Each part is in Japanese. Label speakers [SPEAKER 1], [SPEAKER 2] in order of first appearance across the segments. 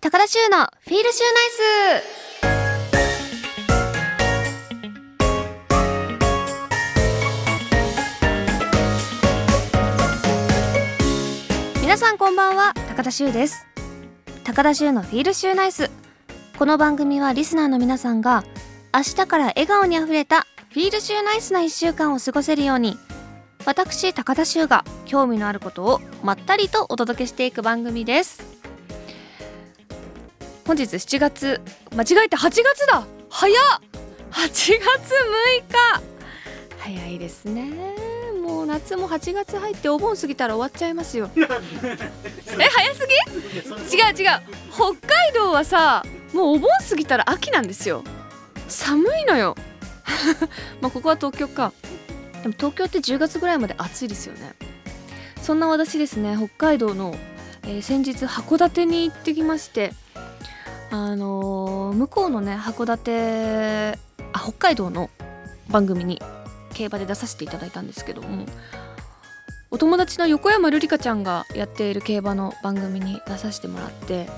[SPEAKER 1] 高田修のフィールシューナイス皆さんこんばんは高田修です高田修のフィールシューナイスこの番組はリスナーの皆さんが明日から笑顔にあふれたフィールシューナイスな1週間を過ごせるように私高田修が興味のあることをまったりとお届けしていく番組です本日7月間違えて8月だ早っ8月6日早いですねもう夏も8月入ってお盆過ぎたら終わっちゃいますよえ早すぎ違う違う北海道はさもうお盆過ぎたら秋なんですよ寒いのよ まあここは東京かでも東京って10月ぐらいまで暑いですよねそんな私ですね北海道の、えー先日函館に行ってきましてあのー向こうのね函館あ北海道の番組に競馬で出させていただいたんですけどもお友達の横山瑠璃香ちゃんがやっている競馬の番組に出させてもらって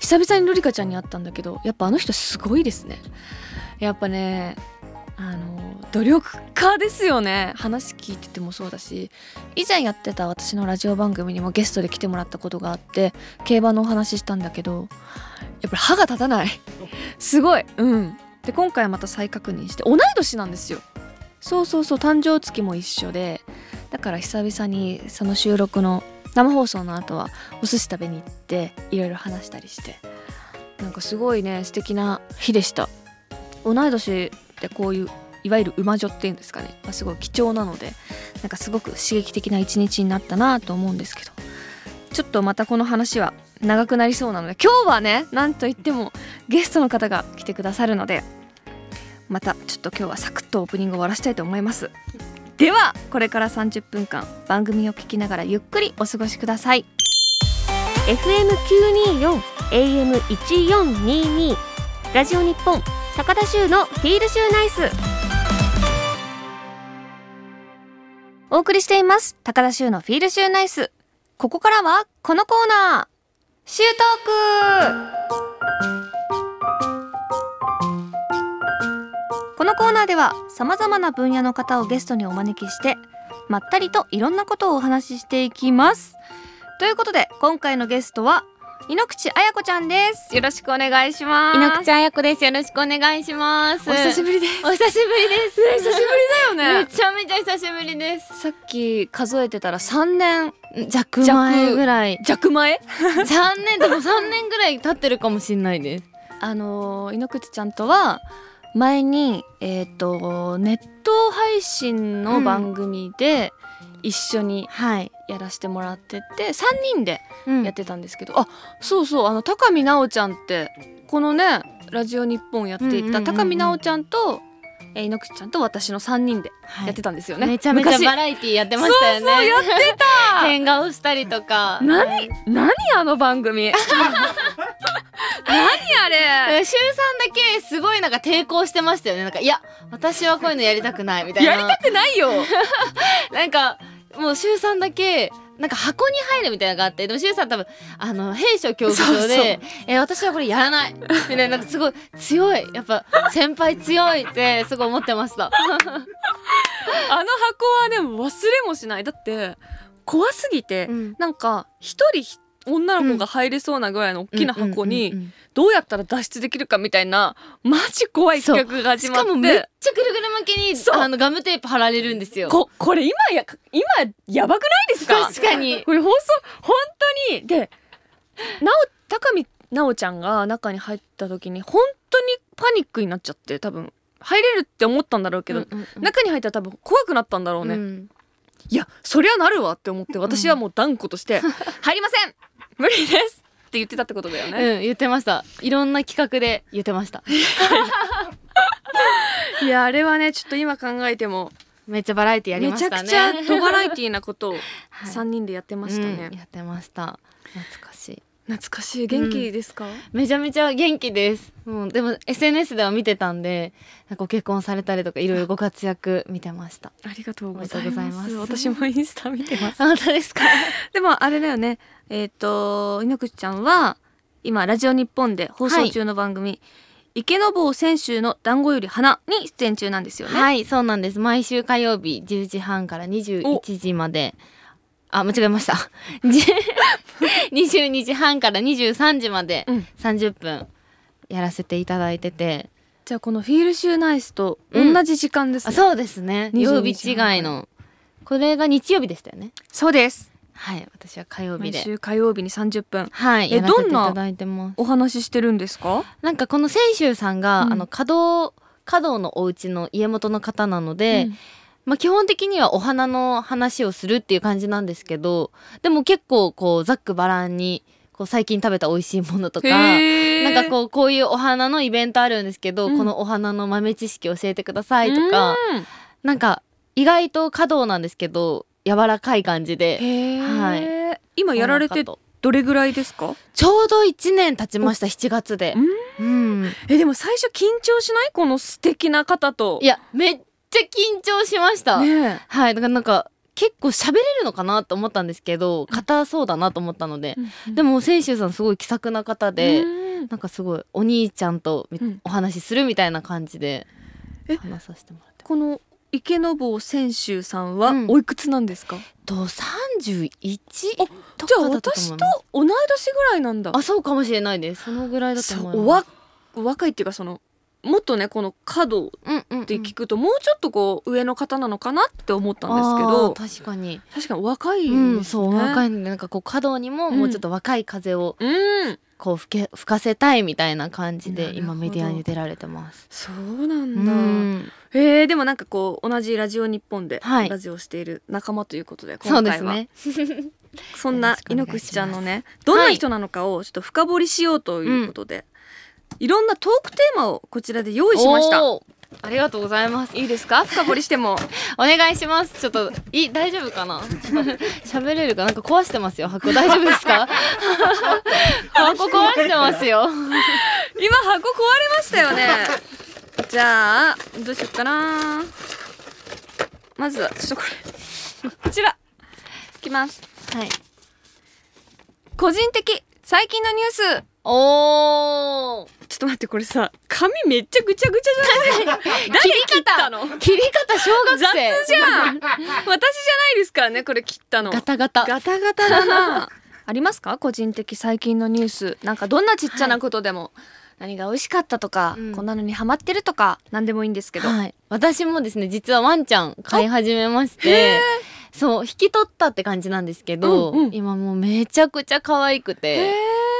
[SPEAKER 1] 久々に瑠璃香ちゃんに会ったんだけどやっぱあの人すごいですねやっぱねあの努力家ですよね話聞いててもそうだし以前やってた私のラジオ番組にもゲストで来てもらったことがあって競馬のお話ししたんだけどやっぱり歯が立たないすごいうんで今回また再確認して同い年なんですよそうそうそう誕生月も一緒でだから久々にその収録の生放送の後はお寿司食べに行っていろいろ話したりしてなんかすごいね素敵な日でした同い年でこういういわゆる馬女っていうんですかね、まあ、すごい貴重なのでなんかすごく刺激的な一日になったなと思うんですけどちょっとまたこの話は長くなりそうなので今日はねなんといってもゲストの方が来てくださるのでまたちょっと今日はサクッとオープニングを終わらしたいと思いますではこれから30分間番組を聞きながらゆっくりお過ごしください
[SPEAKER 2] FM924 AM1422 ラジオ日本高田修のフィールシューナイス
[SPEAKER 1] お送りしています高田修のフィールシューナイスここからはこのコーナーシュートークこのコーナーではさまざまな分野の方をゲストにお招きしてまったりといろんなことをお話ししていきますということで今回のゲストは猪口彩子ちゃんですよろしくお願いします
[SPEAKER 3] 猪口彩子です。よろしくお願いします。
[SPEAKER 1] お久しぶりです
[SPEAKER 3] お久しぶりで
[SPEAKER 1] 久
[SPEAKER 3] す。
[SPEAKER 1] しぶりだよ
[SPEAKER 3] め
[SPEAKER 1] ね
[SPEAKER 3] ちゃめちゃ久しぶりです。
[SPEAKER 1] さっき数えてたら三年
[SPEAKER 3] 弱前ぐらい。
[SPEAKER 1] 弱前
[SPEAKER 3] 三年でも三年ぐらい経ってるかもしれないです。
[SPEAKER 1] あのー猪口ちゃんとは前に、えー、とネット配信の番組で一緒に
[SPEAKER 3] はい。
[SPEAKER 1] やらせてもらってて、3人で
[SPEAKER 3] うん
[SPEAKER 1] やってたんですけど、あそうそうあの高見直ちゃんってこのねラジオ日本やっていた
[SPEAKER 3] うんうんうんうん
[SPEAKER 1] 高見直ちゃんと、えー猪口ちゃんと私の3人で
[SPEAKER 3] はい
[SPEAKER 1] やってたんですよね。
[SPEAKER 3] めちゃめちゃ
[SPEAKER 1] 昔
[SPEAKER 3] バラエティやってましたよね。そうそうやってた。変顔したりとか。
[SPEAKER 1] 何何あの番 組何あれ
[SPEAKER 3] え週三だけすごいなんか抵抗してましたよね。なんかいや私はこういうのやりたくないみたいな。
[SPEAKER 1] やりたくないよ
[SPEAKER 3] なんかもう週3だけなんか箱に入るみたいなのがあってでも週3多分あの兵所恐怖症でえー私はこれやらない」みたいななんかすごい強いやっぱ先輩強いってすごい思ってました
[SPEAKER 1] あの箱はね忘れもしないだって怖すぎて、
[SPEAKER 3] うん
[SPEAKER 1] なんか一人ひ女の子が入れそうなぐらいの大きな箱
[SPEAKER 3] うんうん
[SPEAKER 1] に
[SPEAKER 3] うんうん
[SPEAKER 1] どうやったら脱出できるかみたいなマジ怖い企画が始
[SPEAKER 3] し
[SPEAKER 1] まっ
[SPEAKER 3] か
[SPEAKER 1] て
[SPEAKER 3] もめっちゃぐるぐる巻きに
[SPEAKER 1] そう
[SPEAKER 3] あのガムテープ貼られるんですよ
[SPEAKER 1] ここれ今や今やばくないですか
[SPEAKER 3] 確かに
[SPEAKER 1] これ放送本当にでなお高見なおちゃんが中に入った時に本当にパニックになっちゃって多分入れるって思ったんだろうけど、
[SPEAKER 3] うんうんうん
[SPEAKER 1] 中に入ったら多分怖くなったんだろうね、
[SPEAKER 3] うん
[SPEAKER 1] いやそりゃなるわって思って私はもう断固と して「入りません無理です!」って言ってたってことだよね、
[SPEAKER 3] うん言ってましたいろんな企画で言ってました
[SPEAKER 1] いやあれはねちょっと今考えても、
[SPEAKER 3] めっちゃバラエティやり
[SPEAKER 1] め
[SPEAKER 3] ま
[SPEAKER 1] ち
[SPEAKER 3] し
[SPEAKER 1] ゃ
[SPEAKER 3] たね
[SPEAKER 1] くちゃドバラエティーなことを
[SPEAKER 3] はい
[SPEAKER 1] 3人でやってましたね、
[SPEAKER 3] うんやってました懐かしい
[SPEAKER 1] 懐かしい元気ですか、
[SPEAKER 3] めちゃめちゃ元気です。もうでも SNS では見てたんで、なんかご結婚されたりとかいろいろご活躍見てま した。
[SPEAKER 1] ありがとう
[SPEAKER 3] ご
[SPEAKER 1] ご
[SPEAKER 3] ざ
[SPEAKER 1] ざ
[SPEAKER 3] い
[SPEAKER 1] い
[SPEAKER 3] ます
[SPEAKER 1] ます私もインスタ見てます
[SPEAKER 3] あ本当ですか。
[SPEAKER 1] でもあれだよねえっ、と猪口ちゃんは今ラジオ日本で放送中の番組、池坊泉州の団子より花に出演中なんですよね、
[SPEAKER 3] はいそうなんです毎週火曜日10時半から21時まであ間違えました 22時半から23時まで
[SPEAKER 1] うん
[SPEAKER 3] 30分やらせていただいてて、
[SPEAKER 1] じゃあこのフィールシューナイスと
[SPEAKER 3] うん
[SPEAKER 1] 同じ時間ですね、
[SPEAKER 3] あそうですね
[SPEAKER 1] 22
[SPEAKER 3] 曜日違いのこれが日曜日でしたよね
[SPEAKER 1] そうです
[SPEAKER 3] はい私は火曜日
[SPEAKER 1] 毎
[SPEAKER 3] で
[SPEAKER 1] 週火曜日に30分
[SPEAKER 3] はい
[SPEAKER 1] え
[SPEAKER 3] やらせて
[SPEAKER 1] ど
[SPEAKER 3] い
[SPEAKER 1] んな
[SPEAKER 3] ただいてます
[SPEAKER 1] お話ししてるんですか
[SPEAKER 3] なんかこの泉州さんが、
[SPEAKER 1] うん
[SPEAKER 3] あの稼働稼働のお家の家元の方なので、まあ、基本的にはお花の話をするっていう感じなんですけどでも結構こうざっくばらんにこう最近食べた美味しいものとかなんかこうこういうお花のイベントあるんですけど、
[SPEAKER 1] うん
[SPEAKER 3] このお花の豆知識教えてくださ
[SPEAKER 1] う
[SPEAKER 3] いとか、なんか意外と華道なんですけど柔らかい感じ
[SPEAKER 1] ん
[SPEAKER 3] で。
[SPEAKER 1] へー今
[SPEAKER 3] ま
[SPEAKER 1] やられてどれぐらいですか
[SPEAKER 3] ちょうど1年経ちました7月で
[SPEAKER 1] う、
[SPEAKER 3] うん、
[SPEAKER 1] えでも最初緊張しないこの素敵な方と
[SPEAKER 3] いやめっちゃ緊張しました、
[SPEAKER 1] ね
[SPEAKER 3] はいだからなんか結構喋れるのかなと思ったんですけど硬そうだなと思ったので、
[SPEAKER 1] え
[SPEAKER 3] でも泉州さんすごい気さくな方で、
[SPEAKER 1] うん
[SPEAKER 3] なんかすごいお兄ちゃんとみ
[SPEAKER 1] うん
[SPEAKER 3] お話しするみたいな感じで
[SPEAKER 1] え
[SPEAKER 3] 話させてもらって
[SPEAKER 1] この池坊泉州さんは
[SPEAKER 3] うん
[SPEAKER 1] おいくつなんですか、
[SPEAKER 3] と31
[SPEAKER 1] あ
[SPEAKER 3] と
[SPEAKER 1] じゃあ
[SPEAKER 3] かだったと
[SPEAKER 1] 私
[SPEAKER 3] 思
[SPEAKER 1] と
[SPEAKER 3] います
[SPEAKER 1] 同い年ぐらいなんだ
[SPEAKER 3] あそうかもしれないですそのぐらいだと
[SPEAKER 1] そ
[SPEAKER 3] 思
[SPEAKER 1] う
[SPEAKER 3] い
[SPEAKER 1] お
[SPEAKER 3] ます
[SPEAKER 1] わお若いっていうかそのもっとねこの角っ
[SPEAKER 3] うんうんうん
[SPEAKER 1] て聞くと、もうちょっとこう上の方なのかなって思ったんですけ
[SPEAKER 3] あ
[SPEAKER 1] ど
[SPEAKER 3] ー確かに
[SPEAKER 1] 確かにお若いです
[SPEAKER 3] う
[SPEAKER 1] ね、
[SPEAKER 3] んそう若
[SPEAKER 1] い
[SPEAKER 3] いんでなんかこう華道にももうちょっと若い風を
[SPEAKER 1] うん
[SPEAKER 3] こう吹け吹かせたいみたいな感じ
[SPEAKER 1] なる
[SPEAKER 3] で
[SPEAKER 1] ほど
[SPEAKER 3] 今メディアに出られてます
[SPEAKER 1] そうな
[SPEAKER 3] うん
[SPEAKER 1] だ、
[SPEAKER 3] ん
[SPEAKER 1] えー、でもなんかこう同じラジオ日本で
[SPEAKER 3] はい
[SPEAKER 1] ラジオをしている仲間ということで、
[SPEAKER 3] そ
[SPEAKER 1] 今
[SPEAKER 3] うで
[SPEAKER 1] 回
[SPEAKER 3] す
[SPEAKER 1] はそ,、
[SPEAKER 3] ね
[SPEAKER 1] んな
[SPEAKER 3] よろしくお願い
[SPEAKER 1] 猪口ちゃんのねどんな人なのかをちょっと深掘りしようということで、い、ろんなトークテーマをこちらで用意しました
[SPEAKER 3] おーありがとうございます
[SPEAKER 1] いいですか深掘りしても
[SPEAKER 3] お願いします。ちょっと、い、大丈夫かな 喋れるかなんか壊してますよ。箱大丈夫ですか 箱壊してます よ。
[SPEAKER 1] 今箱壊れましたよね じゃあどうしよっかなまずはちょっとこれこちらいきます
[SPEAKER 3] はい。
[SPEAKER 1] 個人的最近のニュース
[SPEAKER 3] おー。
[SPEAKER 1] ちょっと待ってこれさ髪めっちゃぐちゃぐちゃじゃない 誰切ったの
[SPEAKER 3] 切り方小学
[SPEAKER 1] 雑
[SPEAKER 3] 生。
[SPEAKER 1] じゃん 私じゃないですからねこれ切ったの
[SPEAKER 3] ガタガタ。
[SPEAKER 1] ガタガタだな ありますか個人的最近のニュースなんかどんなちっちゃなことでも、何が美味しかったとか、
[SPEAKER 3] うん
[SPEAKER 1] こんなのにハマってるとか何でもいいんですけど、
[SPEAKER 3] はい。私もですね、実はワンちゃん飼い始めまして、そう、引き取ったって感じなんですけど、
[SPEAKER 1] うんうん
[SPEAKER 3] 今もうめちゃくちゃ可愛く
[SPEAKER 1] え ー
[SPEAKER 3] て、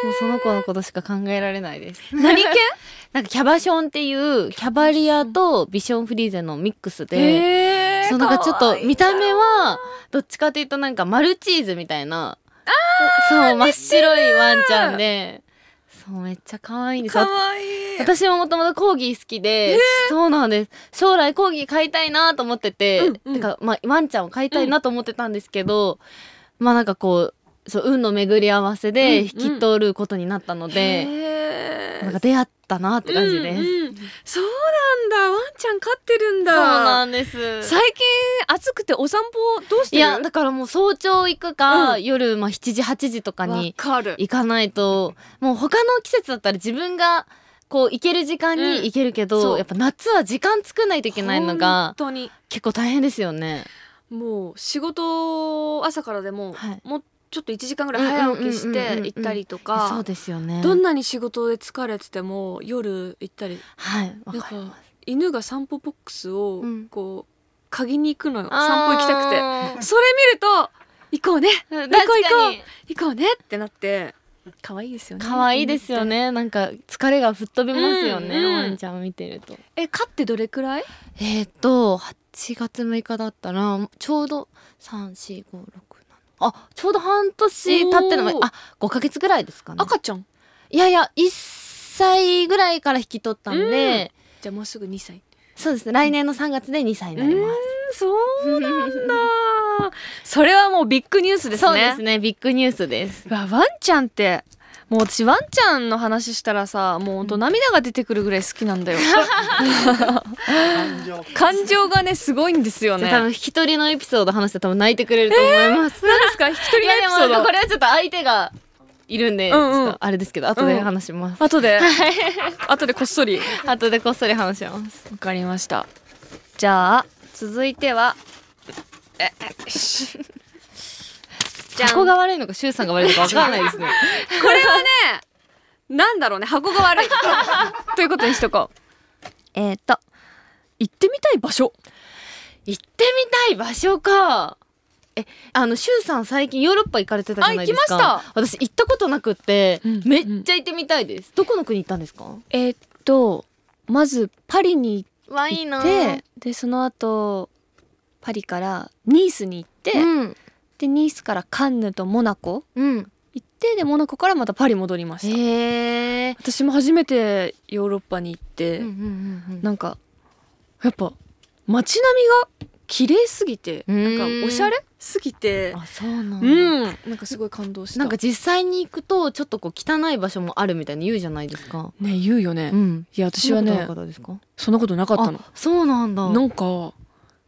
[SPEAKER 3] もうその子のことしか考えられないです。
[SPEAKER 1] 何系
[SPEAKER 3] なんかキャバションっていう、キャバリアとビションフリーゼのミックスで、
[SPEAKER 1] えー
[SPEAKER 3] そうなんかちょっ
[SPEAKER 1] わ
[SPEAKER 3] と
[SPEAKER 1] いい
[SPEAKER 3] 見た目はどっちかというとなんかマルチーズみたいなそう真っ白いワンちゃんでそうめっちゃ可愛いんです
[SPEAKER 1] か
[SPEAKER 3] よ
[SPEAKER 1] わいい
[SPEAKER 3] 私ももともとコーギー好きで、そうなんです将来コーギー飼いたいなと思ってて、
[SPEAKER 1] うんうん
[SPEAKER 3] てか、まあ、ワンちゃんを飼いたいなと思ってたんですけど、まあなんかこうそう運の巡り合わせで
[SPEAKER 1] うん
[SPEAKER 3] 引き取ることになったので、
[SPEAKER 1] へー
[SPEAKER 3] なんか出会ったなって感じです。
[SPEAKER 1] うんうんそうなんだワンちゃん飼ってるん
[SPEAKER 3] そ
[SPEAKER 1] だ
[SPEAKER 3] うなんです
[SPEAKER 1] 最近暑くてお散歩どうして
[SPEAKER 3] い
[SPEAKER 1] る
[SPEAKER 3] やだからもう早朝行くか、
[SPEAKER 1] う
[SPEAKER 3] 夜まあ7時8時とか
[SPEAKER 1] わ
[SPEAKER 3] に
[SPEAKER 1] かる
[SPEAKER 3] 行かないともう他の季節だったら自分がこう行ける時間
[SPEAKER 1] うん
[SPEAKER 3] に行けるけど、
[SPEAKER 1] そう
[SPEAKER 3] やっぱ夏は時間作んないといけないのが
[SPEAKER 1] 本当に
[SPEAKER 3] 結構大変ですよね。
[SPEAKER 1] もう仕事朝からでも、
[SPEAKER 3] はい
[SPEAKER 1] もうちょっと1時間ぐらい早起きし
[SPEAKER 3] うんうんうん
[SPEAKER 1] て
[SPEAKER 3] うんうん
[SPEAKER 1] 行ったりとか、
[SPEAKER 3] そうですよね。
[SPEAKER 1] どんなに仕事で疲れてても夜行ったり
[SPEAKER 3] はいわかり
[SPEAKER 1] なん
[SPEAKER 3] ま
[SPEAKER 1] か
[SPEAKER 3] す。
[SPEAKER 1] 犬が散歩ボックスを
[SPEAKER 3] うん
[SPEAKER 1] こう鍵に行くのよ散歩行きたくて
[SPEAKER 3] く
[SPEAKER 1] それ見ると行こうね
[SPEAKER 3] て
[SPEAKER 1] 行こう
[SPEAKER 3] 確かに
[SPEAKER 1] 行こうねってなって可愛いですよね
[SPEAKER 3] 可愛いですよね。なんか疲れが吹っ飛びますよね。
[SPEAKER 1] うんうん
[SPEAKER 3] ワンちゃんを見てると。
[SPEAKER 1] え飼ってどれくらい
[SPEAKER 3] えっ、と8月6日だったらちょうど34567あちょうど半年経っての
[SPEAKER 1] おー
[SPEAKER 3] あ5ヶ月ぐらいですかね
[SPEAKER 1] 赤ちゃん
[SPEAKER 3] いやいや1歳ぐらいから引き取ったんで、
[SPEAKER 1] じゃあもうすぐ2歳
[SPEAKER 3] そうですね来年の3月で2歳になります、
[SPEAKER 1] そうだ それはもうビッグニュースですね
[SPEAKER 3] そうですねビッグニュースです
[SPEAKER 1] うわワンちゃんってもう私ワンちゃんの話したらさもうほんと涙が出てくるぐらい好きなんだよ感情がねすごいんですよ
[SPEAKER 3] じゃ
[SPEAKER 1] ね
[SPEAKER 3] あ多分引き取りのエ ピソード話して多分泣いてくれると思います、
[SPEAKER 1] 何ですか引き取りのエピソー
[SPEAKER 3] いやでも
[SPEAKER 1] ド
[SPEAKER 3] これはちょっと相手がいるんで、
[SPEAKER 1] うんうん
[SPEAKER 3] ちょっとあれですけど後で話 します、
[SPEAKER 1] 後で後でこっそり
[SPEAKER 3] 後でこっそり話します
[SPEAKER 1] わかりましたじゃあ続いてはええしじゃん
[SPEAKER 3] 箱が悪いのか周さんが悪いのかわからないですね
[SPEAKER 1] これはねなんだろうね箱が悪いということにしとこう えっ、ー、と行ってみたい場所
[SPEAKER 3] 行ってみたい場所かえあの周さん最近ヨーロッパ行かれてたじゃないですか
[SPEAKER 1] あ行き
[SPEAKER 3] ました私行ったことなくって、
[SPEAKER 1] うん
[SPEAKER 3] めっちゃ行ってみたいですどこの国行ったんですか
[SPEAKER 1] えっ、とまずパリに
[SPEAKER 3] わ
[SPEAKER 1] 行ってでその後パリからニースに行って、
[SPEAKER 3] うん
[SPEAKER 1] でニースからカンヌとモナコ
[SPEAKER 3] うん
[SPEAKER 1] 行ってでモナコからまたパリ戻りました、
[SPEAKER 3] へえ
[SPEAKER 1] 私も初めてヨーロッパに行って、
[SPEAKER 3] うんうん
[SPEAKER 1] なんかやっぱ街並みが綺麗すぎて
[SPEAKER 3] う
[SPEAKER 1] なん
[SPEAKER 3] ん
[SPEAKER 1] かおしゃれすぎて
[SPEAKER 3] あそうなん
[SPEAKER 1] う
[SPEAKER 3] だ
[SPEAKER 1] んなんかすごい感動した
[SPEAKER 3] なんか実際に行くとちょっとこう汚い場所もあるみたいに言うじゃないですか。
[SPEAKER 1] ね言うよね、
[SPEAKER 3] うん。
[SPEAKER 1] いや私は
[SPEAKER 3] そんな
[SPEAKER 1] ね
[SPEAKER 3] ことなかったですか。
[SPEAKER 1] そんなことなかったの
[SPEAKER 3] あ、そうなんだ。
[SPEAKER 1] なんか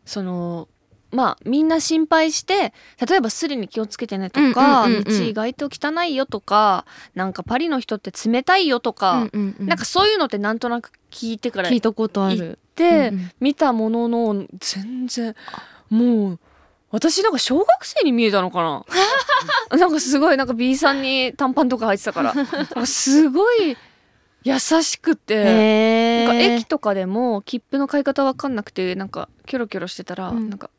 [SPEAKER 1] そのまあみんな心配して例えばスリに気をつけてねとか、
[SPEAKER 3] うんうんうんうん
[SPEAKER 1] 道意外と汚いよとかなんかパリの人って冷たいよとか、
[SPEAKER 3] うんうんう
[SPEAKER 1] なんかそういうのってなんとなく聞いてから
[SPEAKER 3] 聞い
[SPEAKER 1] 行った
[SPEAKER 3] ことある。
[SPEAKER 1] て、
[SPEAKER 3] うんうん
[SPEAKER 1] 見たものの全然もう私なんか小学生に見えたのか ななんかすごいなんか B さんに短パンとか履いてたからなんかすごい優しくて。
[SPEAKER 3] へ
[SPEAKER 1] な
[SPEAKER 3] え。
[SPEAKER 1] んか駅とかでも切符の買い方わかんなくてなんかキョロキョロしてたら、
[SPEAKER 3] うん
[SPEAKER 1] なんか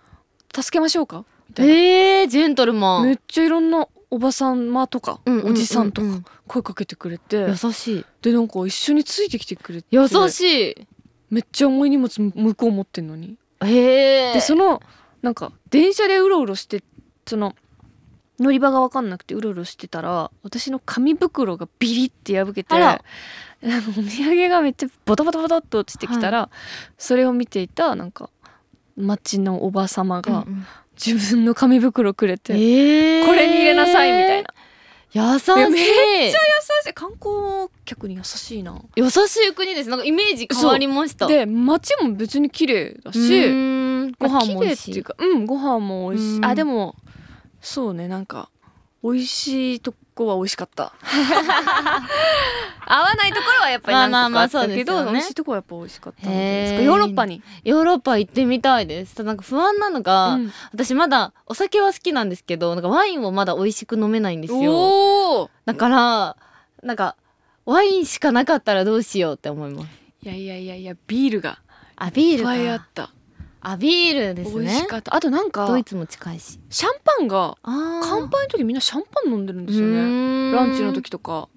[SPEAKER 1] 「助けましょうか?」みたいな、
[SPEAKER 3] へえ、ジェントルマ
[SPEAKER 1] め
[SPEAKER 3] ン。
[SPEAKER 1] っちゃいろんなおばさんまとか、
[SPEAKER 3] うんうんうんうん
[SPEAKER 1] おじさんとか声かけてくれて、
[SPEAKER 3] 優しい。
[SPEAKER 1] でなんか一緒についてきてくれて
[SPEAKER 3] 優しい。
[SPEAKER 1] めっちゃ重い荷物向こう持ってんのに。
[SPEAKER 3] へえ。
[SPEAKER 1] でそのなんか電車でうろうろしてその乗り場が分かんなくてうろうろしてたら私の紙袋がビリって破けて
[SPEAKER 3] あら
[SPEAKER 1] なんかお土産がめっちゃボタボタボタっと落ちてきたら、それを見ていたなんか町のおば様
[SPEAKER 3] うんう
[SPEAKER 1] が
[SPEAKER 3] ん
[SPEAKER 1] 自分の紙袋くれて、
[SPEAKER 3] へえ。
[SPEAKER 1] これに入れなさいみたいな。
[SPEAKER 3] 優しい。
[SPEAKER 1] やめ
[SPEAKER 3] めっちゃ
[SPEAKER 1] 観光客に優しいな
[SPEAKER 3] 優しい国です。なんかイメージ変わりました。
[SPEAKER 1] で町も別に綺麗だし、
[SPEAKER 3] うーんご飯も美味し
[SPEAKER 1] 綺麗ってう
[SPEAKER 3] い。
[SPEAKER 1] かうんご飯も美味し
[SPEAKER 3] う
[SPEAKER 1] い
[SPEAKER 3] ん
[SPEAKER 1] あでもそうねなんか美味しいとこは美味しかった 合わないところはやっぱり何
[SPEAKER 3] まあ
[SPEAKER 1] 個
[SPEAKER 3] まあ
[SPEAKER 1] か
[SPEAKER 3] ま
[SPEAKER 1] あ
[SPEAKER 3] あ
[SPEAKER 1] ったけど、
[SPEAKER 3] そうですよね
[SPEAKER 1] 美味しいとこはやっぱ美味しかったんじゃないです
[SPEAKER 3] へ
[SPEAKER 1] か
[SPEAKER 3] ー
[SPEAKER 1] ヨーロッパに、
[SPEAKER 3] ヨーロッパ行ってみたいです。ただなんか不安なのが、
[SPEAKER 1] うん
[SPEAKER 3] 私まだお酒は好きなんですけどなんかワインをまだ美味しく飲めないんですよ
[SPEAKER 1] おお
[SPEAKER 3] だからなんかワインしかなかったらどうしようって思います
[SPEAKER 1] いやいやいやいやビールが
[SPEAKER 3] あビ
[SPEAKER 1] い
[SPEAKER 3] ー
[SPEAKER 1] っぱいあ
[SPEAKER 3] ルか
[SPEAKER 1] った、
[SPEAKER 3] あビールです
[SPEAKER 1] 美味し
[SPEAKER 3] ね
[SPEAKER 1] かったあとなんか
[SPEAKER 3] ドイツも近いし
[SPEAKER 1] シャンパンが
[SPEAKER 3] あ
[SPEAKER 1] 乾杯の時みんなシャンパン飲んでるんですよね
[SPEAKER 3] ね
[SPEAKER 1] ランチの時とか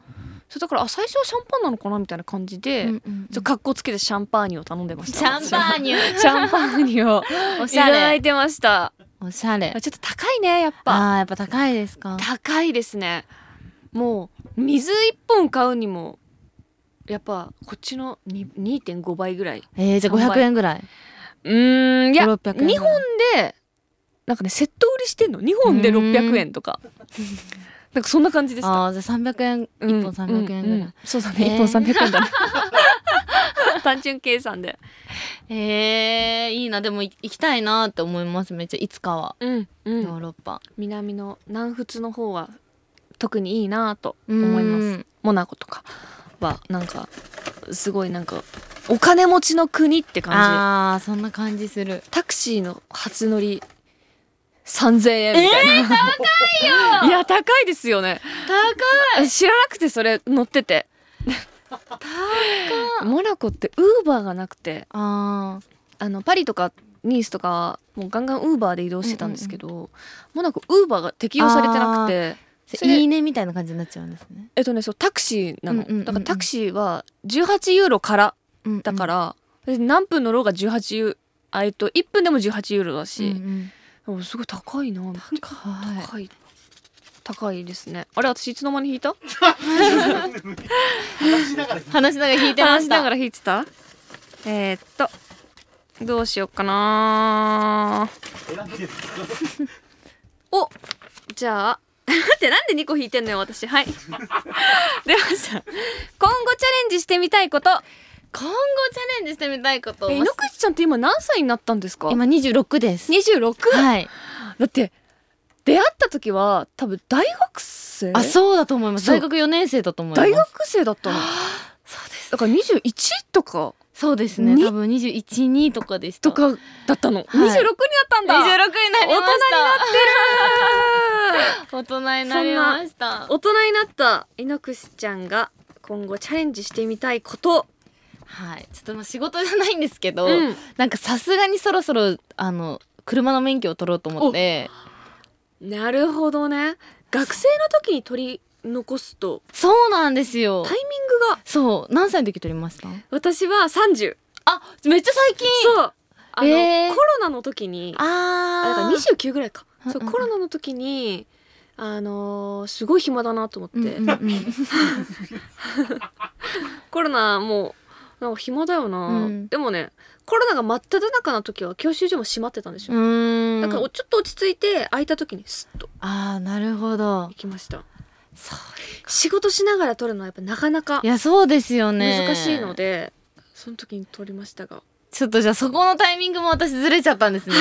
[SPEAKER 1] そうだからあ最初はシャンパンなのかなみたいな感じで、ちょっと格好つけてシャンパーニュを頼んでまし
[SPEAKER 3] シ
[SPEAKER 1] た
[SPEAKER 3] ャンパーニ ュ
[SPEAKER 1] シャンパーニュを
[SPEAKER 3] お
[SPEAKER 1] い
[SPEAKER 3] しゃ
[SPEAKER 1] ただ
[SPEAKER 3] れ
[SPEAKER 1] いてました。
[SPEAKER 3] おしゃ
[SPEAKER 1] ち
[SPEAKER 3] れ
[SPEAKER 1] ょっと高いね、やっぱ。
[SPEAKER 3] あーやっぱ高いですか
[SPEAKER 1] 高いですね。もう水一本買うにも。やっぱこっちのに2.5倍ぐらい。
[SPEAKER 3] えー、じゃあ
[SPEAKER 1] 三倍
[SPEAKER 3] 500円ぐらいう
[SPEAKER 1] ーん、いや、
[SPEAKER 3] 600円ぐらい
[SPEAKER 1] 日本で。なんかね、セット売りしてんの、日本で
[SPEAKER 3] うーん
[SPEAKER 1] 600円と か。なんかそんな感じでした。
[SPEAKER 3] あーじゃあ300円一
[SPEAKER 1] うん
[SPEAKER 3] 本300円ぐら
[SPEAKER 1] う
[SPEAKER 3] い、
[SPEAKER 1] んうんそうだね、
[SPEAKER 3] へー
[SPEAKER 1] 一本300円だね。 単純計算で。
[SPEAKER 3] えー、いいなでもい行きたいなって思いますめっちゃいつかは、
[SPEAKER 1] うん、う
[SPEAKER 3] ヨー
[SPEAKER 1] ん。
[SPEAKER 3] ロッパ
[SPEAKER 1] 南の南仏の方は。特にいいなぁと思
[SPEAKER 3] 思
[SPEAKER 1] い
[SPEAKER 3] い
[SPEAKER 1] ま
[SPEAKER 3] ますす。
[SPEAKER 1] モナコとかはなんかすごいなんかお金持ちの国って感
[SPEAKER 3] ああそんな感じする
[SPEAKER 1] じタクシーの初乗り3000円みたいな、高いよいや高いですよね高い知らなくてそれ乗ってて高いモナコってウーバーがなくて
[SPEAKER 3] あ
[SPEAKER 1] あのパリとかニースとかもうガンガンウーバーで移動してたんですけど、モナコウーバーが適用されてなくてそ
[SPEAKER 3] あ
[SPEAKER 1] れ
[SPEAKER 3] いいねみたいな感じになっちゃうんですね
[SPEAKER 1] えっとねそうタクシーなの、
[SPEAKER 3] うんうんうんうん
[SPEAKER 1] だからタクシーは18ユーロからだからら、何分乗ろうが18ユーあえっと1分でも18ユーロだし、でもすごい高いな
[SPEAKER 3] は
[SPEAKER 1] 高い高いですねあれ私いつの間に引いた
[SPEAKER 3] い話しながら弾いてま
[SPEAKER 1] 話し
[SPEAKER 3] し
[SPEAKER 1] な
[SPEAKER 3] た
[SPEAKER 1] がら引いてたえーっとどうしようかな おじゃあ 待ってなんで2個引いてんのよ私はい 出ました今後チャレンジしてみたいこと
[SPEAKER 3] 今後チャレンジしてみたいこと
[SPEAKER 1] え井ノ口ちゃんって今何歳になったんですか
[SPEAKER 3] 今26です
[SPEAKER 1] 26、
[SPEAKER 3] はい
[SPEAKER 1] だって出会った時は多分大学生
[SPEAKER 3] あそうだと思います
[SPEAKER 1] そう
[SPEAKER 3] 大学4年生だと思いま
[SPEAKER 1] 大
[SPEAKER 3] す
[SPEAKER 1] 学生だったの
[SPEAKER 3] そうです
[SPEAKER 1] だから21とか
[SPEAKER 3] そうですね
[SPEAKER 1] に
[SPEAKER 3] 多分212とかでした
[SPEAKER 1] とかだったの、
[SPEAKER 3] はい
[SPEAKER 1] 26になったんだ
[SPEAKER 3] 26にな りまし
[SPEAKER 1] 大
[SPEAKER 3] た大人になりました
[SPEAKER 1] 人になった猪口ちゃんが今後チャレンジしてみたいこと、
[SPEAKER 3] はいちょっとまあ仕事じゃないんですけど、
[SPEAKER 1] うん、
[SPEAKER 3] なんかさすがにそろそろあの車の免許を取ろうと思って
[SPEAKER 1] なるほどね学生の時に取り残すと
[SPEAKER 3] そうなんですよ
[SPEAKER 1] タイミングが
[SPEAKER 3] そう何歳の時取りました
[SPEAKER 1] 私は30
[SPEAKER 3] あめっちゃ最近
[SPEAKER 1] そうあの、
[SPEAKER 3] えー
[SPEAKER 1] コロナの時にあだから
[SPEAKER 3] あー
[SPEAKER 1] 29ぐらいか、
[SPEAKER 3] うん
[SPEAKER 1] そう
[SPEAKER 3] うんうん
[SPEAKER 1] コロナの時にあのーすごい暇だなと思って、
[SPEAKER 3] うんうんうん
[SPEAKER 1] コロナもうなんか暇だよな、
[SPEAKER 3] うん
[SPEAKER 1] でもねコロナが真っ只中の時は教習所も閉まってたんですよ、
[SPEAKER 3] うーん
[SPEAKER 1] だからおちょっと落ち着いて空いた時にスッと
[SPEAKER 3] ああなるほど
[SPEAKER 1] 行きました
[SPEAKER 3] そう
[SPEAKER 1] 仕事しながら撮るのはやっぱなかなか
[SPEAKER 3] いやそうですよね
[SPEAKER 1] 難しいので、その時に撮りましたが
[SPEAKER 3] ちょっとじゃあそこのタイミングも私ずれちゃったんですね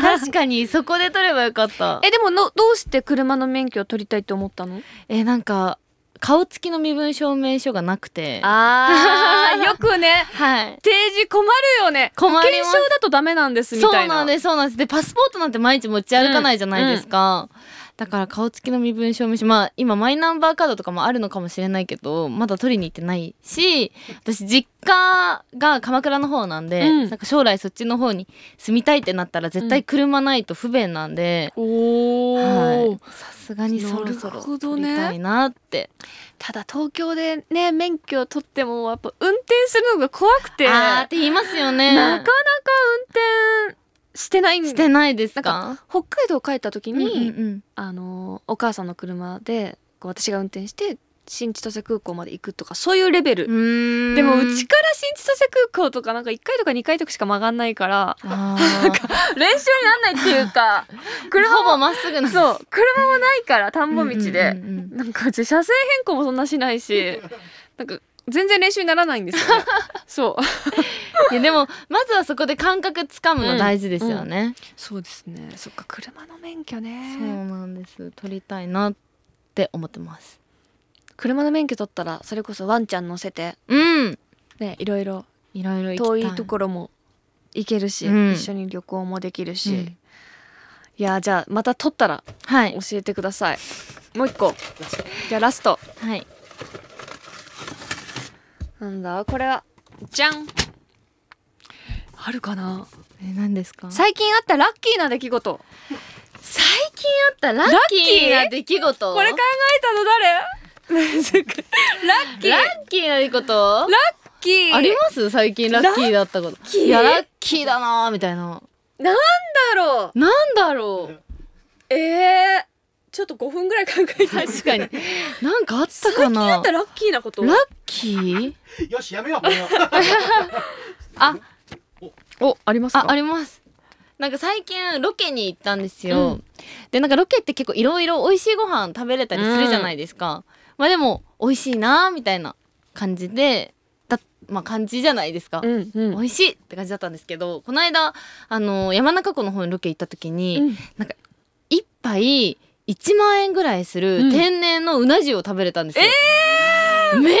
[SPEAKER 3] 確かにそこで取ればよかった
[SPEAKER 1] えでものどうして車の免許を取りたいと思ったの
[SPEAKER 3] えなんか顔付きの身分証明書がなくて
[SPEAKER 1] あ ーよくね
[SPEAKER 3] はい
[SPEAKER 1] 提示困るよね
[SPEAKER 3] 困ります
[SPEAKER 1] 保険証だとダメなんですみ
[SPEAKER 3] そう
[SPEAKER 1] たいな
[SPEAKER 3] なんですそうなんですでパスポートなんて毎日持ち歩かないじゃないですか、だから顔付きの身分証明書まあ今マイナンバーカードとかもあるのかもしれないけどまだ取りに行ってないし私実家が鎌倉の方なんで、
[SPEAKER 1] うん
[SPEAKER 3] なんか将来そっちの方に住みたいってなったら絶対車ないと不便なんで、
[SPEAKER 1] おー
[SPEAKER 3] はいさすがにそろそ
[SPEAKER 1] なる
[SPEAKER 3] ろ
[SPEAKER 1] ほど
[SPEAKER 3] 取
[SPEAKER 1] ね
[SPEAKER 3] りたいなって、
[SPEAKER 1] ただ東京でね免許を取ってもやっぱ運転するのが怖くて
[SPEAKER 3] あーって言いますよね
[SPEAKER 1] なかなか運転してないんで
[SPEAKER 3] してないですか
[SPEAKER 1] な北海道帰った時に、
[SPEAKER 3] うんうんうん
[SPEAKER 1] あのお母さんの車でこう私が運転して新千歳空港まで行くとかそういうレベル、
[SPEAKER 3] ーん
[SPEAKER 1] でもうちから新千歳空港とかなんか1回とか2回とかしか曲がんないから
[SPEAKER 3] あ
[SPEAKER 1] 練習になんないっていうか
[SPEAKER 3] ー
[SPEAKER 1] 車
[SPEAKER 3] ほぼ
[SPEAKER 1] も
[SPEAKER 3] まっすぐ な
[SPEAKER 1] そう車もないから田んぼ道で、
[SPEAKER 3] うんうんうんうん
[SPEAKER 1] なんかうち車線変更もそんなしない しなんか全然練習にならないんですよ、 ね、そう
[SPEAKER 3] いやでもまずはそこで感覚つかむの大事ですよね、
[SPEAKER 1] そうですねそっか車の免許
[SPEAKER 3] そうなんです取りたいなって思ってます
[SPEAKER 1] 車の免許取ったらそれこそワンちゃん乗せて
[SPEAKER 3] うん
[SPEAKER 1] ねいろいろ
[SPEAKER 3] いろいろ行き
[SPEAKER 1] 遠
[SPEAKER 3] たい
[SPEAKER 1] いところも行けるし、
[SPEAKER 3] うん
[SPEAKER 1] 一緒に旅行もできるし、
[SPEAKER 3] うん
[SPEAKER 1] いやじゃあまた撮ったら
[SPEAKER 3] はい
[SPEAKER 1] 教えてくださいもう一個じゃあラスト
[SPEAKER 3] はい
[SPEAKER 1] なんだこれはじゃんあるかな
[SPEAKER 3] え何ですか
[SPEAKER 1] 最近あったラッキーな出来事
[SPEAKER 3] 最近あったラッキーな出来事
[SPEAKER 1] これ考えたの誰難しいラッキー
[SPEAKER 3] ラ
[SPEAKER 1] ラ
[SPEAKER 3] ッキーな出来事
[SPEAKER 1] ッキー
[SPEAKER 3] あります最近ラッキーだったこと
[SPEAKER 1] キー
[SPEAKER 3] いやラッキーだなーみたいな
[SPEAKER 1] なんだろ
[SPEAKER 3] なんだろう
[SPEAKER 1] うえー、ちょっと5分ぐらい考えた
[SPEAKER 3] 確かに なんかあった
[SPEAKER 1] 最
[SPEAKER 3] か
[SPEAKER 1] 近あ
[SPEAKER 3] な
[SPEAKER 1] ったラッキーなこと
[SPEAKER 3] ラッキー
[SPEAKER 4] よし、やめよう。もう
[SPEAKER 1] おあります
[SPEAKER 3] あありますなんか最近ロケに行ったんですよ、
[SPEAKER 1] う
[SPEAKER 3] でなんかロケって結構いろいろ美味しいご飯食べれたりするじゃないですか、まあでも美味しいなーみたいな感じでだまあ感じじゃないですか、
[SPEAKER 1] うんうん
[SPEAKER 3] 美味しいって感じだったんですけどこの間あの山中湖の方にロケ行った時に、
[SPEAKER 1] うん
[SPEAKER 3] 一杯1万円ぐらいす
[SPEAKER 1] うん
[SPEAKER 3] る天然のうな重を食べれたんですよ、めっちゃ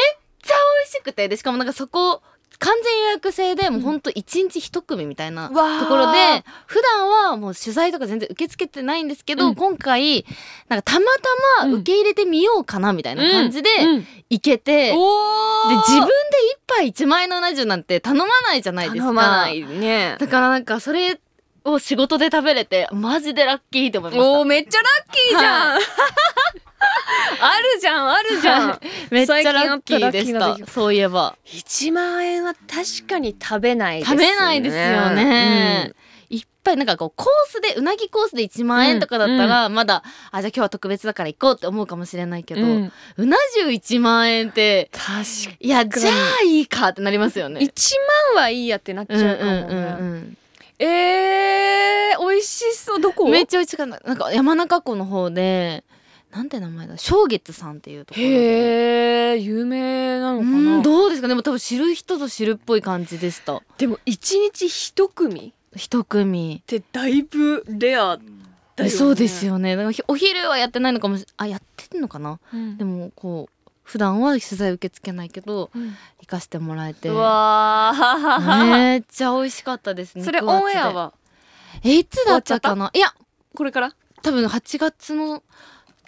[SPEAKER 3] 美味しくてでしかもなんかそこ完全予約制でもうほんと1日1組みたいな
[SPEAKER 1] うわー
[SPEAKER 3] ところで普段はもう取材とか全然受け付けてないんですけど、
[SPEAKER 1] うん
[SPEAKER 3] 今回なんかたまたま受け入れてみようかなみたいな感じで
[SPEAKER 1] うん
[SPEAKER 3] 行けて、で
[SPEAKER 1] おー
[SPEAKER 3] 自分で一杯1万円のうな重なんて頼まないじゃないですか。
[SPEAKER 1] 頼まないね
[SPEAKER 3] だからなんかそれを仕事で食べれてマジでラッキーって思いました
[SPEAKER 1] おーめっちゃラッキーじゃん、 あるじゃんあるじゃん
[SPEAKER 3] めっちゃラッキーで
[SPEAKER 1] 最
[SPEAKER 3] し
[SPEAKER 1] 近あったラッキーな
[SPEAKER 3] た
[SPEAKER 1] 出来。事
[SPEAKER 3] そういえば。
[SPEAKER 1] 1万円は確かに食べないです
[SPEAKER 3] 食べないですよね。いっぱいなんかこうコースでうなぎコースで1万円とかだったらまだ、あじゃあ今日は特別だから行こうって思うかもしれないけ
[SPEAKER 1] うん
[SPEAKER 3] ど、う
[SPEAKER 1] うん
[SPEAKER 3] な重1万円って
[SPEAKER 1] 確かに
[SPEAKER 3] いやじゃあいいかってなりますよね。
[SPEAKER 1] 1万はいいやってなっちゃ
[SPEAKER 3] うんうん
[SPEAKER 1] うかもね、
[SPEAKER 3] うん
[SPEAKER 1] えー、美味しそうど
[SPEAKER 3] う
[SPEAKER 1] こ
[SPEAKER 3] ん、めっちゃ美味しかったなんか山中湖の方でなんて名前だ正月さんっていうところで
[SPEAKER 1] へえ有名なの
[SPEAKER 3] う
[SPEAKER 1] か
[SPEAKER 3] ん
[SPEAKER 1] な
[SPEAKER 3] どうですかねでも多分知る人ぞ知るっぽい感じでした
[SPEAKER 1] でも1日1組っ
[SPEAKER 3] 一組
[SPEAKER 1] てだいぶレアたよね
[SPEAKER 3] そうですよねだからひお昼はやってないのかもしあやってんのかな
[SPEAKER 1] うん
[SPEAKER 3] でもこう普段は取材受け付けないけど
[SPEAKER 1] うん
[SPEAKER 3] 行かせてもらえて
[SPEAKER 1] うわー
[SPEAKER 3] めっちゃ美味しかったですね
[SPEAKER 1] それオンエア
[SPEAKER 3] 肉厚
[SPEAKER 1] は
[SPEAKER 3] でえいつだったかないや
[SPEAKER 1] これから
[SPEAKER 3] 多分8月の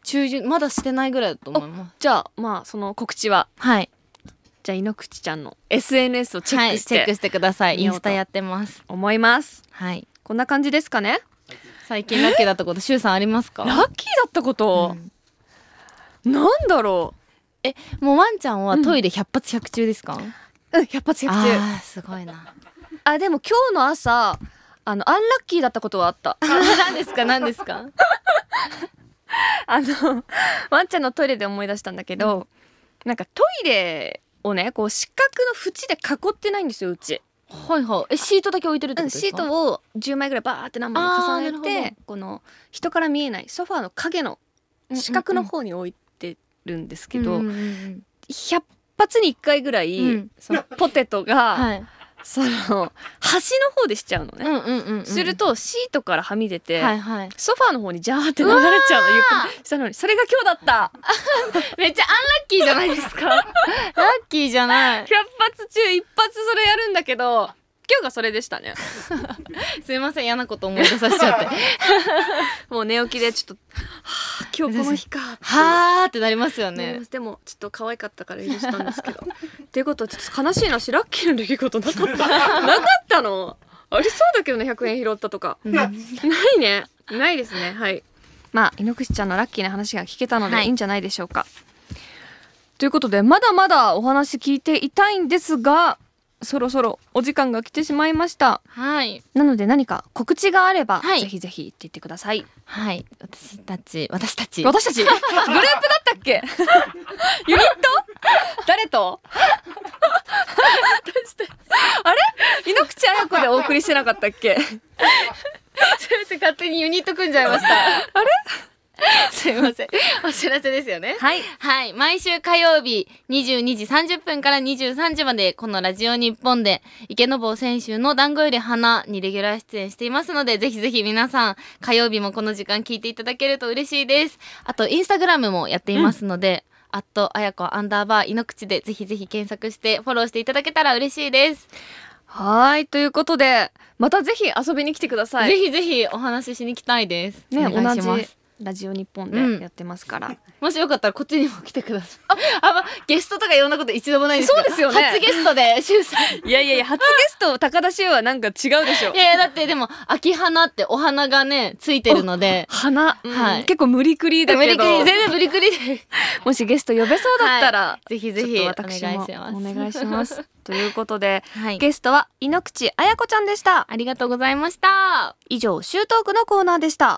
[SPEAKER 3] 中旬まだしてないぐらいだと思います
[SPEAKER 1] じゃあまあその告知は
[SPEAKER 3] はい
[SPEAKER 1] じゃあ井ノ口ちゃんの SNS をチェックし
[SPEAKER 3] はい、チェック
[SPEAKER 1] て
[SPEAKER 3] してください
[SPEAKER 1] 見
[SPEAKER 3] イ
[SPEAKER 1] よう
[SPEAKER 3] ン
[SPEAKER 1] と
[SPEAKER 3] スタやってます
[SPEAKER 1] 思います
[SPEAKER 3] はい
[SPEAKER 1] こんな感じですかね
[SPEAKER 3] 最近ラッキーだったことしゅうさんありますか
[SPEAKER 1] ラッキーだったこと、
[SPEAKER 3] うん
[SPEAKER 1] なんだろ
[SPEAKER 3] もうワンちゃんはトイレ100発100中ですか、
[SPEAKER 1] ううん百発百中
[SPEAKER 3] あーすごいな
[SPEAKER 1] あでも今日の朝あのアンラッキーだったことはあった
[SPEAKER 3] 何ですか何ですか
[SPEAKER 1] あのワンちゃんのトイレで思い出したんだけど、なんかトイレをねこう四角の縁で囲ってないんですようち、
[SPEAKER 3] はいはいえシートだけ置いてるって
[SPEAKER 1] う
[SPEAKER 3] こと
[SPEAKER 1] ん、
[SPEAKER 3] です
[SPEAKER 1] シー
[SPEAKER 3] か
[SPEAKER 1] トを10枚ぐらいバーって何枚も重
[SPEAKER 3] あー
[SPEAKER 1] ね
[SPEAKER 3] なる
[SPEAKER 1] てこの人から見えないソファーの影の四角の方に置いてるんですけど、
[SPEAKER 3] うんうんうん
[SPEAKER 1] 100発に1回ぐらい、
[SPEAKER 3] うん
[SPEAKER 1] そのポテト が、
[SPEAKER 3] はい
[SPEAKER 1] その端の方でしちゃうのね、
[SPEAKER 3] うんうんうんうん
[SPEAKER 1] するとシートからはみ出て、
[SPEAKER 3] はいはい
[SPEAKER 1] ソファーの方にジャーって流れちゃうのゆっくりしたのにそれが今日だった
[SPEAKER 3] めっちゃアンラッキーじゃないですか ラッキーじゃない
[SPEAKER 1] 100発中一発それやるんだけど今日がそれでしたね
[SPEAKER 3] すいません嫌なこと思い出させちゃ って
[SPEAKER 1] もう寝起きでちょっとはあ今日この日かって
[SPEAKER 3] はーってなりますよ
[SPEAKER 1] ね
[SPEAKER 3] ね、
[SPEAKER 1] でもちょっと可愛かったから許したんです けどっていうことはちょっと悲しいなしラッキーの出来事な かったなかったのありそうだけどね100円拾ったとか
[SPEAKER 3] うん
[SPEAKER 1] ないねないですねはいまあ猪口ちゃんのラッキーな話が聞けたの
[SPEAKER 3] は
[SPEAKER 1] で
[SPEAKER 3] い
[SPEAKER 1] いいんじゃないでしょうか、ということでまだまだお話聞いていたいんですがそろそろお時間が来てしまいました
[SPEAKER 3] はい
[SPEAKER 1] なので何か告知があれば、
[SPEAKER 3] はい
[SPEAKER 1] ぜひぜひ言っていってください。
[SPEAKER 3] はい私たち私たち
[SPEAKER 1] 私たちグループだったっ け？ユニット？誰 と？私たちあれ？井ノ口彩子でお送りしてなかったっけ？
[SPEAKER 3] 勝手にユニット組んじゃいました あれすいませんお知らせですよね
[SPEAKER 1] はい。
[SPEAKER 3] はい。毎週火曜日22時30分から23時まで、このラジオ日本で、池坊選手の団子より花にレギュラー出演していますので、ぜひぜひ皆さん、火曜日もこの時間聞いていただけると嬉しいです。あと、インスタグラムもやっていますので、あっと、あやこアンダーバー、井の口で、ぜひぜひ検索して、フォローしていただけたら嬉しいです。
[SPEAKER 1] はーいということでまたぜひ遊びに来てください。
[SPEAKER 3] ぜひぜひお話ししに来たいです。
[SPEAKER 1] ね
[SPEAKER 3] お願いしま
[SPEAKER 1] 同
[SPEAKER 3] す
[SPEAKER 1] じラジオ日本
[SPEAKER 3] うん
[SPEAKER 1] でやってますから。
[SPEAKER 3] もしよかったらこっちにも来てください。あ、 あんまゲストとかいろんなこと一度もないですから
[SPEAKER 1] そうですよね
[SPEAKER 3] 初ゲストで、しゅうさん。
[SPEAKER 1] いやいやいや初ゲスト高田修はなんか違うでしょ
[SPEAKER 3] い。やいやだってでも秋花ってお花がねついてるので
[SPEAKER 1] 花、
[SPEAKER 3] はい
[SPEAKER 1] 結構無理くりだ
[SPEAKER 3] 無
[SPEAKER 1] け
[SPEAKER 3] 理く
[SPEAKER 1] ど
[SPEAKER 3] り全然無理くりで
[SPEAKER 1] もしゲスト呼べそうだったら、
[SPEAKER 3] ぜひ
[SPEAKER 1] ぜ
[SPEAKER 3] ぜ
[SPEAKER 1] ひ
[SPEAKER 3] ひ
[SPEAKER 1] お
[SPEAKER 3] お願
[SPEAKER 1] 願い
[SPEAKER 3] い
[SPEAKER 1] し
[SPEAKER 3] し
[SPEAKER 1] ま
[SPEAKER 3] ますす
[SPEAKER 1] ます。ということで、
[SPEAKER 3] はい
[SPEAKER 1] ゲストは井ノ口彩子ちゃんでした。
[SPEAKER 3] ありがとうございました
[SPEAKER 1] 以上、シュートークのコーナーでした。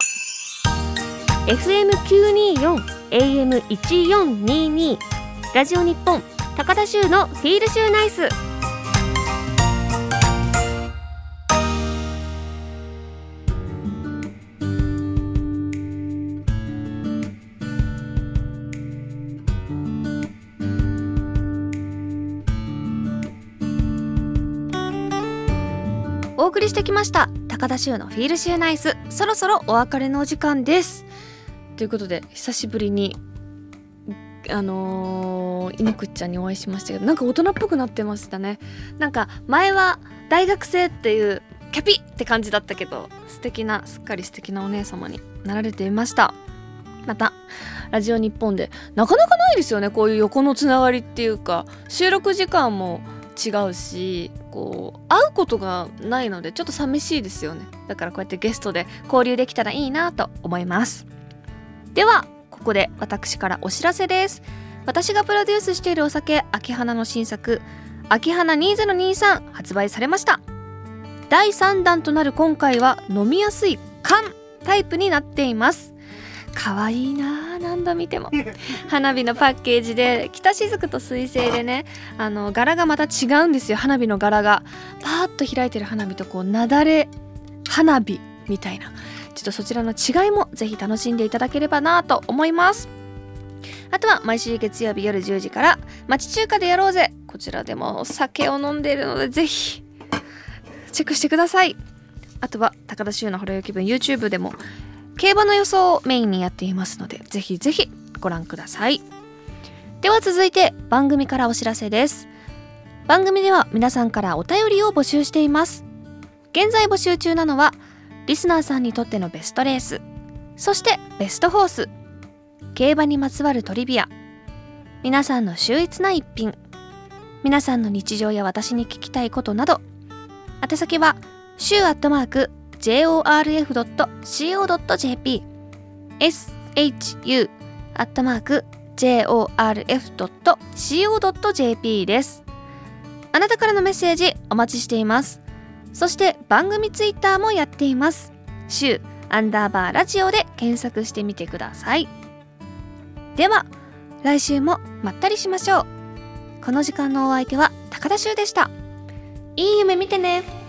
[SPEAKER 2] FM924 AM1422 ラジオ日本高田州のフィールシューナイス
[SPEAKER 1] お送りしてきました。高田修のフィールシューナイス。そろそろお別れのお時間です。ということで、久しぶりに、あのー、井ノ口ちゃんにお会いしましたけど、なんか大人っぽくなってましたね。なんか、前は大学生っていう、キャピって感じだったけど、素敵な、すっかり素敵なお姉様になられていました。また、ラジオ日本で、なかなかないですよね、こういう横のつながりっていうか、収録時間も、違うしこう会うことがないのでちょっと寂しいですよねだからこうやってゲストで交流できたらいいなと思いますではここで私からお知らせです私がプロデュースしているお酒秋花の新作秋花2023発売されました第3弾となる今回は飲みやすい缶タイプになっています可愛いなあ何度見ても花火のパッケージで北しずくと水星でねあの柄がまた違うんですよ花火の柄がパーッと開いてる花火とこうなだれ花火みたいなちょっとそちらの違いもぜひ楽しんでいただければなと思いますあとは毎週月曜日夜10時から町中華でやろうぜこちらでもお酒を飲んでいるのでぜひチェックしてくださいあとは高田修のほろよき分 YouTube でも競馬の予想をメインにやっていますのでぜひぜひご覧くださいでは続いて番組からお知らせです番組では皆さんからお便りを募集しています現在募集中なのはリスナーさんにとってのベストレースそしてベストホース競馬にまつわるトリビア皆さんの秀逸な一品皆さんの日常や私に聞きたいことなど宛先は週アットマーク jorf.co.jp shu アットマーク jorf.co.jp ですあなたからのメッセージお待ちしていますそして番組ツイッターもやっています週アンダーバーラジオで検索してみてくださいでは来週もまったりしましょうこの時間のお相手は高田修でしたいい夢見てね